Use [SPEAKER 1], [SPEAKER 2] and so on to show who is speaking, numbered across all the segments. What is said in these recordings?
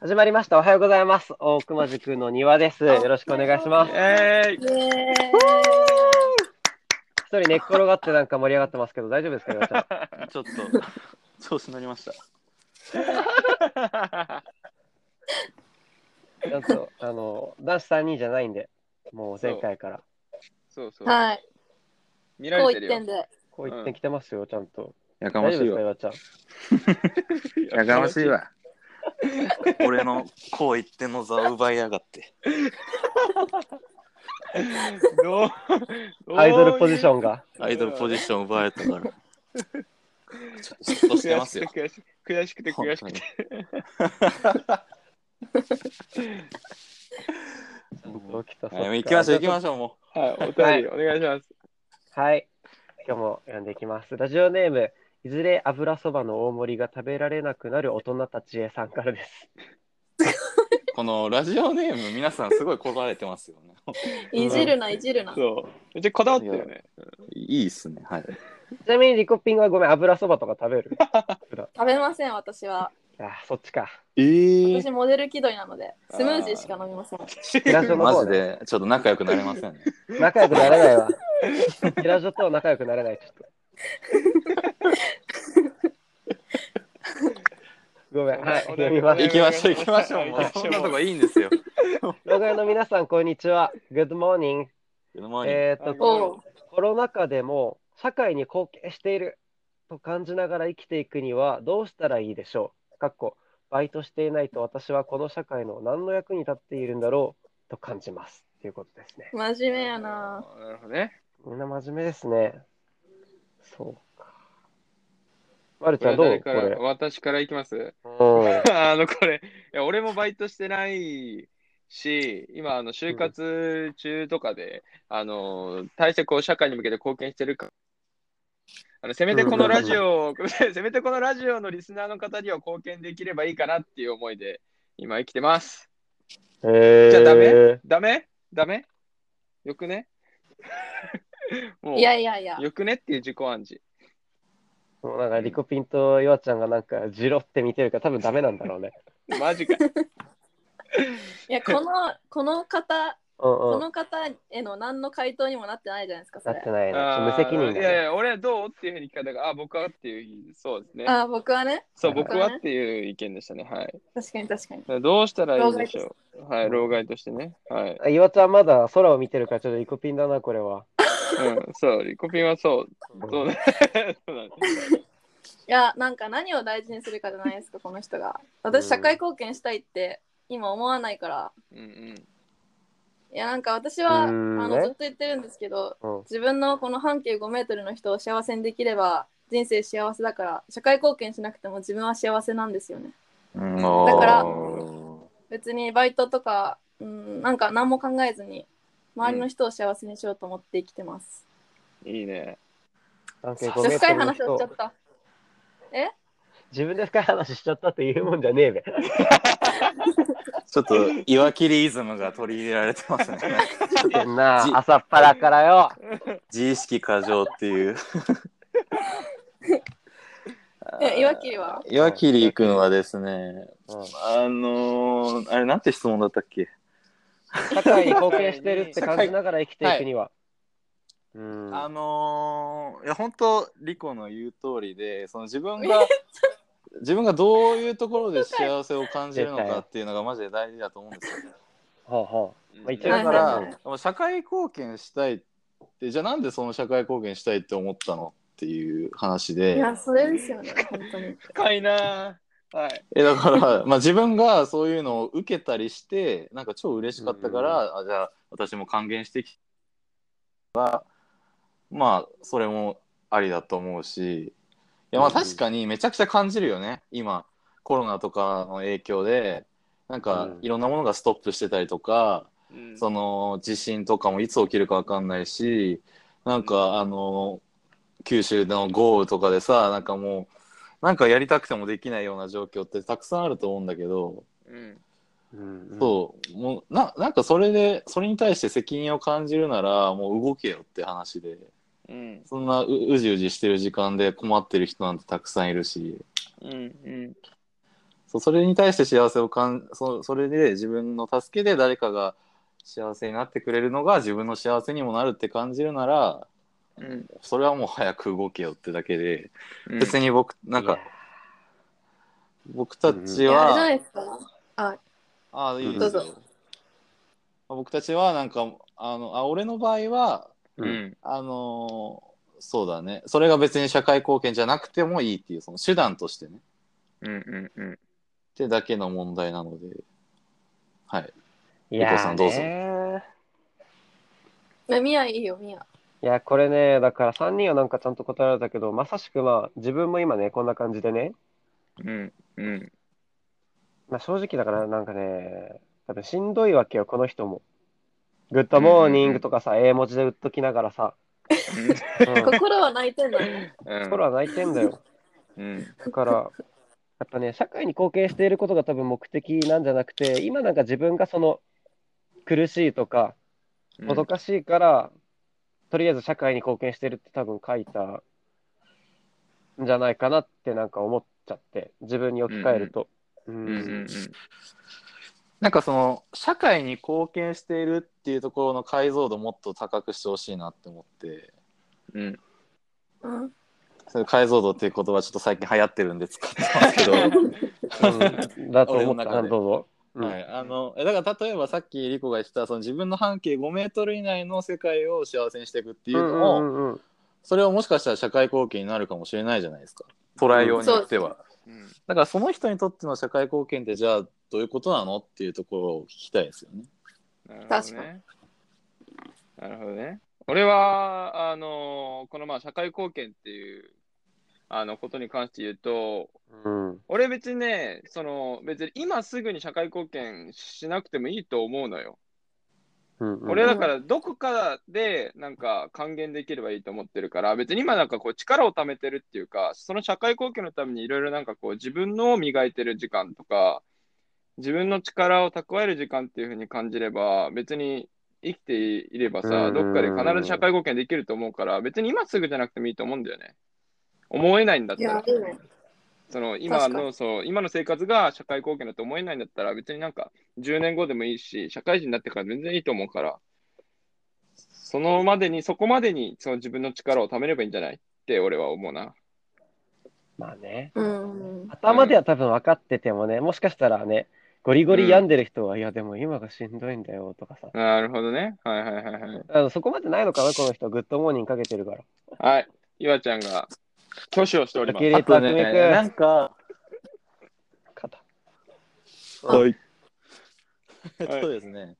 [SPEAKER 1] 始まりました。おはようございます。大熊塾の庭です。よろしくお願いします。
[SPEAKER 2] えー
[SPEAKER 3] イエ
[SPEAKER 1] 一人寝っ転がってなんか盛り上がってますけど、大丈夫ですか、岩ちゃん。
[SPEAKER 2] い、ちょっと調子乗りました。
[SPEAKER 1] ちゃんと、あの、男子3人じゃないんで、もう前回から。
[SPEAKER 4] そう
[SPEAKER 3] ー
[SPEAKER 4] そう。
[SPEAKER 3] イはい。
[SPEAKER 4] 見ら
[SPEAKER 3] こ
[SPEAKER 4] れ
[SPEAKER 3] う
[SPEAKER 4] て
[SPEAKER 3] 言
[SPEAKER 4] る
[SPEAKER 3] ってん
[SPEAKER 4] よ。
[SPEAKER 3] で。
[SPEAKER 1] こう言ってきてますよ、ちゃんと。
[SPEAKER 5] やか
[SPEAKER 1] 大
[SPEAKER 5] ま
[SPEAKER 1] 丈夫
[SPEAKER 5] しい
[SPEAKER 1] ですか、
[SPEAKER 5] わ。
[SPEAKER 1] 岩ちゃん。
[SPEAKER 5] やかましいわ。
[SPEAKER 2] 俺のこう言っての座を奪いやがって。
[SPEAKER 4] ど うどう
[SPEAKER 1] アイドルポジションが。
[SPEAKER 2] アイドルポジ
[SPEAKER 4] シ
[SPEAKER 2] ション奪われたから。ちょっとしてますよ。
[SPEAKER 4] 悔しくて悔しくて悔しくて。
[SPEAKER 1] 起きた。
[SPEAKER 2] はい行きましょう、行きま
[SPEAKER 1] し
[SPEAKER 2] しょう、も
[SPEAKER 4] はい、お便りお願いします。
[SPEAKER 1] ょう。はい。今日も読んでいきます。ラジオネーム、いずれ油そばの大盛りが食べられなくなる大人たちへさんからです。
[SPEAKER 2] う。このラジオネーム、皆さんすごいこだわれてますよね。
[SPEAKER 3] いじるな、いじるな。
[SPEAKER 4] そう。めっちゃこだわってるよね。
[SPEAKER 5] いいっすね。はい。
[SPEAKER 1] ちなみにリコピンはごめん、油そばとか食べる。
[SPEAKER 3] 食べません、私は。
[SPEAKER 1] あ、そっちか。
[SPEAKER 5] えー、
[SPEAKER 3] 私、モデル気取りなので、スムージーしか飲みません。
[SPEAKER 1] テラジョの
[SPEAKER 2] マ
[SPEAKER 1] 方
[SPEAKER 2] ジでちょっと仲良くなれませんね。
[SPEAKER 1] 仲良くなれない わ。テラジョと仲良くなれない、ちょっ と。ごめん、はい、読みます
[SPEAKER 2] 行。きましょう、行きましょう。も
[SPEAKER 4] 行
[SPEAKER 2] う
[SPEAKER 4] きましょう
[SPEAKER 2] そんなとこいいんですよ。
[SPEAKER 1] ログの皆さん、こんにちは。Good morning。えーっと、
[SPEAKER 3] おう。
[SPEAKER 1] コロナ禍でも社会に貢献していると感じながら生きていくにはどうしたらいいでしょうかっこバイトしていないと私はこの社会の何の役に立っているんだろうと感じます。ということですね。
[SPEAKER 3] 真面目やな。
[SPEAKER 4] なるほどね。
[SPEAKER 1] みんな真面目ですね。そうか。まる
[SPEAKER 4] こ
[SPEAKER 1] ちゃん
[SPEAKER 4] れ
[SPEAKER 1] どう
[SPEAKER 4] 誰
[SPEAKER 1] こ
[SPEAKER 4] から
[SPEAKER 1] れ。
[SPEAKER 4] 私からいきます。
[SPEAKER 1] うん
[SPEAKER 4] あの、これ、いや俺もバイトしてないし、今、あの就活中とかで、あの、対策を社会に向けて貢献してるか、あのせめてこのラジオを、 せめてこのラジオのリスナーの方には貢献できればいいかなっていう思いで、今生きてます。
[SPEAKER 1] えー
[SPEAKER 4] じゃあダメダメダメよくね もう
[SPEAKER 3] いやいやいや。
[SPEAKER 4] よくねっていう自己 暗示。
[SPEAKER 1] もうなんかリコピンとヨアちゃんがなんかじろって見てるから多分ダメなんだろうね。
[SPEAKER 4] マジか。
[SPEAKER 3] いや、この、この方、
[SPEAKER 1] うん
[SPEAKER 3] こ
[SPEAKER 1] うん。
[SPEAKER 3] の方への何の回答にもなってないじゃないですか、そ
[SPEAKER 1] な
[SPEAKER 3] れ
[SPEAKER 1] っ。てないね。ちょっと無
[SPEAKER 4] あー
[SPEAKER 1] 責任だ
[SPEAKER 4] いやい
[SPEAKER 1] ね。
[SPEAKER 4] や、俺はどうっていうふうに聞かれたから、あ、僕はっていう、そうですね。
[SPEAKER 3] あー、僕はね。
[SPEAKER 4] そう、
[SPEAKER 1] はいはい
[SPEAKER 4] 僕はっていう意見でしたね。はい。
[SPEAKER 3] 確かに確かに。
[SPEAKER 4] どうしたらいいんでしょう。はい、老害としてね。はい。
[SPEAKER 1] あ岩ちゃんまだ空を見てるからちょっとリコピンだな、これは。
[SPEAKER 4] うん、そう、リコピンはそう。そうだ そうだね。
[SPEAKER 3] いや、なんか何を大事にするかじゃないですか、この人が。私、社会貢献したいって今思わないから。
[SPEAKER 4] うん
[SPEAKER 3] いや、なんか私は、
[SPEAKER 1] う
[SPEAKER 3] あ
[SPEAKER 1] ーん
[SPEAKER 3] の、
[SPEAKER 1] ね
[SPEAKER 3] ずっと言ってるんですけど、
[SPEAKER 1] うん
[SPEAKER 3] 自分のこの半径5メートルの人を幸せにできれば人生幸せだから社会貢献しなくても自分は幸せなんですよね
[SPEAKER 5] うん
[SPEAKER 3] だから
[SPEAKER 5] お
[SPEAKER 3] 別にバイトとか、うん、なんか何も考えずに周りの人を幸せにしようと思って生きてます、
[SPEAKER 4] うん。いいね。
[SPEAKER 1] 関係
[SPEAKER 3] う
[SPEAKER 1] ご
[SPEAKER 3] ん、
[SPEAKER 1] めん
[SPEAKER 3] 深い話をしちゃ
[SPEAKER 1] 人
[SPEAKER 3] った
[SPEAKER 1] 自分で深い話しちゃったって言うもんじゃねえべ。
[SPEAKER 2] ちょっと、岩切りイズムが取り入れられてますね。
[SPEAKER 1] してんな
[SPEAKER 2] じ
[SPEAKER 1] 朝っぱらからよ。
[SPEAKER 2] 自意識過剰っていう。
[SPEAKER 3] え岩切は
[SPEAKER 2] 岩切君はですね、
[SPEAKER 1] うん
[SPEAKER 2] あのー、あれなんて質問だったっけ
[SPEAKER 1] 社会に貢献してるって感じながら生きていくには。うん。
[SPEAKER 2] あのー、いや本当リコの言う通りでその自分が 自分がどういうところで幸せを感じるのかっていうのがマジで大事だと思うんですよ。
[SPEAKER 1] ほうほ
[SPEAKER 4] うん
[SPEAKER 1] まあ一
[SPEAKER 2] だか
[SPEAKER 3] はいはい
[SPEAKER 2] らもう社会貢献したいってじゃあなんでその社会貢献したいって思ったのっていう話
[SPEAKER 3] い
[SPEAKER 2] で
[SPEAKER 3] やそれですよね本当に
[SPEAKER 4] 深いなぁ。はい。
[SPEAKER 2] えだから、まあ、自分がそういうのを受けたりしてなんか超嬉しかったから、あじゃあ私も還元してきたらまあそれもありだと思うしいやまあ
[SPEAKER 1] うんうん
[SPEAKER 2] 確かにめちゃくちゃ感じるよね今コロナとかの影響でなんか
[SPEAKER 1] うん
[SPEAKER 2] いろんなものがストップしてたりとか、
[SPEAKER 4] うん
[SPEAKER 2] その地震とかもいつ起きるかわかんないしなんかあの九州の豪雨とかでさなんかもうなんかやりたくてもできないような状況ってたくさんあると思うんだけど、
[SPEAKER 4] うん。
[SPEAKER 1] う。うんうん
[SPEAKER 2] そうもうななんかそれでそれに対して責任を感じるならもう動けよって話で
[SPEAKER 4] うん。
[SPEAKER 2] そんなううじうじしてる時間で困ってる人なんてたくさんいるし
[SPEAKER 4] うん。うん。
[SPEAKER 2] そうそれに対して幸せをかんそそれで自分の助けで誰かが幸せになってくれるのが自分の幸せにもなるって感じるなら
[SPEAKER 4] うん。
[SPEAKER 2] それはもう早く動けよってだけで、
[SPEAKER 4] うん
[SPEAKER 2] 別に僕なん
[SPEAKER 1] い
[SPEAKER 2] か
[SPEAKER 1] や
[SPEAKER 2] 僕たち
[SPEAKER 3] いやあれ
[SPEAKER 2] は、
[SPEAKER 3] じゃないですか。
[SPEAKER 2] ああいい
[SPEAKER 3] ど
[SPEAKER 2] で
[SPEAKER 3] う
[SPEAKER 2] す
[SPEAKER 3] ぞ
[SPEAKER 2] よ僕たちはなんかあのあ俺の場合は
[SPEAKER 4] う。
[SPEAKER 1] うん
[SPEAKER 2] あのーそうだねそれが別に社会貢献じゃなくてもいいっていうその手段としてね
[SPEAKER 4] うん。うん。うん。
[SPEAKER 2] ってだけの問題なのではい
[SPEAKER 1] いや
[SPEAKER 2] ゆうこさんどうぞ
[SPEAKER 1] ね
[SPEAKER 3] ねミヤいいよ、ミヤ。
[SPEAKER 1] いや、これね、だから3人はなんかちゃんと答えられたけど、まさしくまあ、自分も今ね、こんな感じでね、
[SPEAKER 4] うん。うん。
[SPEAKER 1] まあ、正直だから、なんかね、多分しんどいわけよ、この人も。グッドモーニングとかさ、英文字で打っときながらさ、うん、
[SPEAKER 3] 心は泣いてんのね。
[SPEAKER 4] うん。
[SPEAKER 1] 心は泣いてんだよ。
[SPEAKER 4] うん。
[SPEAKER 1] だから、やっぱね、社会に貢献していることが多分目的なんじゃなくて、今なんか自分がその苦しいとか、もどかしいから、とりあえず社会に貢献してるって多分書いたんじゃないかなってなんか思っちゃって自分に置き換えると。うん
[SPEAKER 4] うん。うん。
[SPEAKER 2] なんかその社会に貢献しているっていうところの解像度もっと高くしてほしいなって思って
[SPEAKER 4] うん。
[SPEAKER 3] うん。
[SPEAKER 2] それ解像度っていう言葉ちょっと最近流行ってるんで使ってますけど、
[SPEAKER 1] うんだと思っ
[SPEAKER 2] 俺の中
[SPEAKER 1] た
[SPEAKER 2] で
[SPEAKER 1] あどうぞ。うん
[SPEAKER 2] はい、あのえだから例えばさっきリコが言ってたその自分の半径5メートル以内の世界を幸せにしていくっていうのも、
[SPEAKER 1] うんうんうん
[SPEAKER 2] それはもしかしたら社会貢献になるかもしれないじゃないですか捉えようによっては、
[SPEAKER 4] うん。
[SPEAKER 2] だからその人にとっての社会貢献ってじゃあどういうことなのっていうところを聞きたいですよね。
[SPEAKER 4] なるほど
[SPEAKER 3] 確か
[SPEAKER 4] ね。なるほどね。俺は、あの、このまあ社会貢献っていうあのことに関して言うと、
[SPEAKER 1] うん
[SPEAKER 4] 俺別にね、その別に今すぐに社会貢献しなくてもいいと思うのよ。
[SPEAKER 1] うんうん
[SPEAKER 4] 俺だからどこかでなんか還元できればいいと思ってるから、別に今なんかこう力を貯めてるっていうか、その社会貢献のためにいろいろなんかこう自分の磨いてる時間とか、自分の力を蓄える時間っていう風に感じれば、別に生きていれば
[SPEAKER 1] う
[SPEAKER 4] さ、
[SPEAKER 1] ん
[SPEAKER 4] どっかで必ず社会貢献できると思うから、別に今すぐじゃなくてもいいと思うんだよね。思えないんだっ
[SPEAKER 3] い
[SPEAKER 4] た
[SPEAKER 3] や
[SPEAKER 4] ら、。
[SPEAKER 3] いいね。
[SPEAKER 4] その今
[SPEAKER 3] 確か
[SPEAKER 4] のそう今の生活が社会貢献だと思えないんだったら別になんか10年後でもいいし社会人になってから全然いいと思うからそのまでにそこまでにその自分の力を貯めればいいんじゃないって俺は思うな。
[SPEAKER 1] まあね
[SPEAKER 3] うん。
[SPEAKER 1] 頭では多分分かっててもねもしかしたらねゴリゴリ病んでる人は、いやでも今がしんどいんだよとかさ
[SPEAKER 4] なるほどね。はいはいはいはい。
[SPEAKER 1] あのそこまでないのかなこの人グッドモーニングかけてるから。
[SPEAKER 4] はい。岩ちゃんが挙手をしております。
[SPEAKER 1] あとね
[SPEAKER 2] なんか、
[SPEAKER 1] 肩
[SPEAKER 5] はい。
[SPEAKER 4] はい
[SPEAKER 2] そうですね。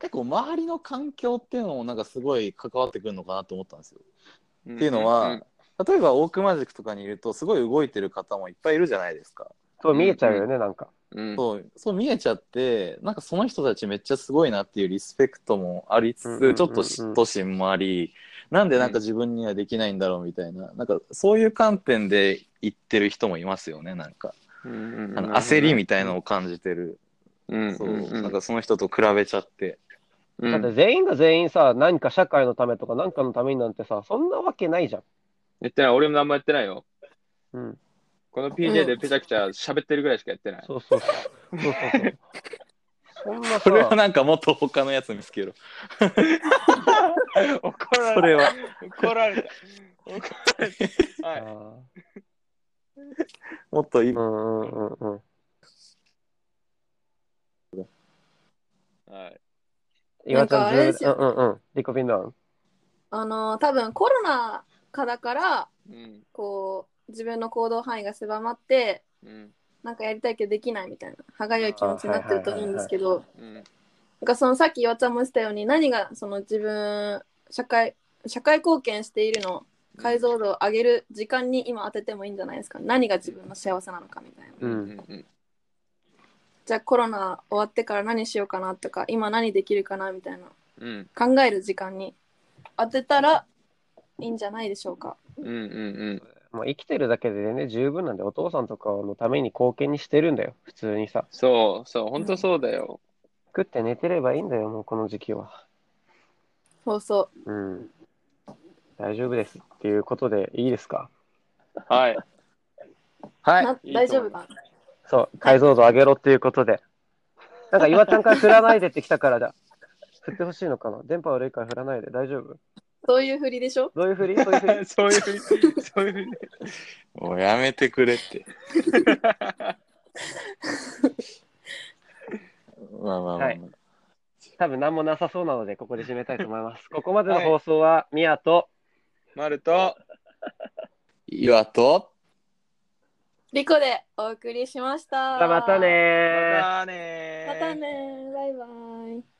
[SPEAKER 2] 結構周りの環境っていうのもなんかすごい関わってくるのかなと思ったんですよ。
[SPEAKER 4] っ
[SPEAKER 2] っていうのは、例えば大熊塾とかにいるとすごい動いてる方もいっぱいいるじゃないですか。
[SPEAKER 1] そう見えちゃうよね、なんか。
[SPEAKER 4] うん
[SPEAKER 2] そうそう見えちゃってなんかその人たちめっちゃすごいなっていうリスペクトもありつつ、
[SPEAKER 1] うんうんうんうん
[SPEAKER 2] ちょっと嫉妬心もありなんでなんか自分にはできないんだろうみたいな,、なんかそういう観点で言ってる人もいますよねなんか
[SPEAKER 4] うん
[SPEAKER 2] あの焦りみたいのを感じてる、
[SPEAKER 4] うん
[SPEAKER 2] そううん
[SPEAKER 4] うん
[SPEAKER 2] なんかその人と比べちゃって
[SPEAKER 4] うん
[SPEAKER 1] だって全員が全員さ、何か社会のためとか何かのためになんてさ、そんなわけないじゃん。
[SPEAKER 4] やってない俺も何もやってないよ。
[SPEAKER 1] うん、
[SPEAKER 4] この PJ でペチャクチャ喋ってるぐらいしかやってない。
[SPEAKER 1] そうそうそう。そうそうそうそんな
[SPEAKER 2] それは
[SPEAKER 1] さ、
[SPEAKER 2] なんかもっと他のやつ見つけろ
[SPEAKER 4] 怒られた
[SPEAKER 2] それは
[SPEAKER 4] 怒ら れた。怒られ
[SPEAKER 1] あ
[SPEAKER 4] た。はい。
[SPEAKER 1] ー
[SPEAKER 2] もっといい、
[SPEAKER 1] うんうんうんうん。
[SPEAKER 4] はい。
[SPEAKER 1] 岩ち
[SPEAKER 3] なんか
[SPEAKER 1] ゃ
[SPEAKER 3] あ
[SPEAKER 1] ん、ず
[SPEAKER 3] れ
[SPEAKER 1] る
[SPEAKER 3] ですよ
[SPEAKER 1] うんうんうん。リコピンダウン。
[SPEAKER 3] あの、多分コロナ禍だから、
[SPEAKER 4] うん。
[SPEAKER 3] こう、自分の行動範囲が狭まって、
[SPEAKER 4] うん。
[SPEAKER 3] なんかやりたいけどできないみたいな、歯がゆい気持ちになってると思うんですけど、
[SPEAKER 4] うん。
[SPEAKER 3] なんかそのさっき岩ちゃんも言ってたように、何がその自分、社会、社会貢献しているの解像度を上げる時間に今当ててもいいんじゃないですか。何が自分の幸せなのかみたいな。
[SPEAKER 4] うん。うん。
[SPEAKER 3] じゃあコロナ終わってから何しようかなとか、今何できるかなみたいな。
[SPEAKER 4] うん。
[SPEAKER 3] 考える時間に当てたらいいんじゃないでしょうか。
[SPEAKER 4] うん。うん。
[SPEAKER 1] もう生きてるだけでね、十分なんで、お父さんとかのために貢献にしてるんだよ、普通にさ。
[SPEAKER 4] そうそう、本当そうだよ。
[SPEAKER 1] 食って寝てればいいんだよ、もうこの時期は。
[SPEAKER 3] そうそ
[SPEAKER 1] うん。大丈夫です。っていうことでいいですか
[SPEAKER 4] はい。
[SPEAKER 2] は
[SPEAKER 3] う。
[SPEAKER 2] い
[SPEAKER 3] な
[SPEAKER 4] はい
[SPEAKER 3] 大丈夫かな
[SPEAKER 1] そう、解像度上げろっていうことで。なんか岩ちゃんから振らないでって来たからだ。振ってほしいのかな電波悪いから振らないで大丈夫
[SPEAKER 3] そういうふりでしょ
[SPEAKER 1] どういう振りそういう振 り
[SPEAKER 4] そういうふうに、そういうふうに。
[SPEAKER 2] もうやめてく れって。まあまあまあ、まあ
[SPEAKER 1] はい多分何もなさそうなので、ここで締めたいと思います。ここまでの放送は、ミヤと、
[SPEAKER 4] マルと、
[SPEAKER 2] 岩と、
[SPEAKER 3] リコでお送りしました。
[SPEAKER 1] じゃあまたねー
[SPEAKER 4] またねー
[SPEAKER 3] またねー。バイバイ。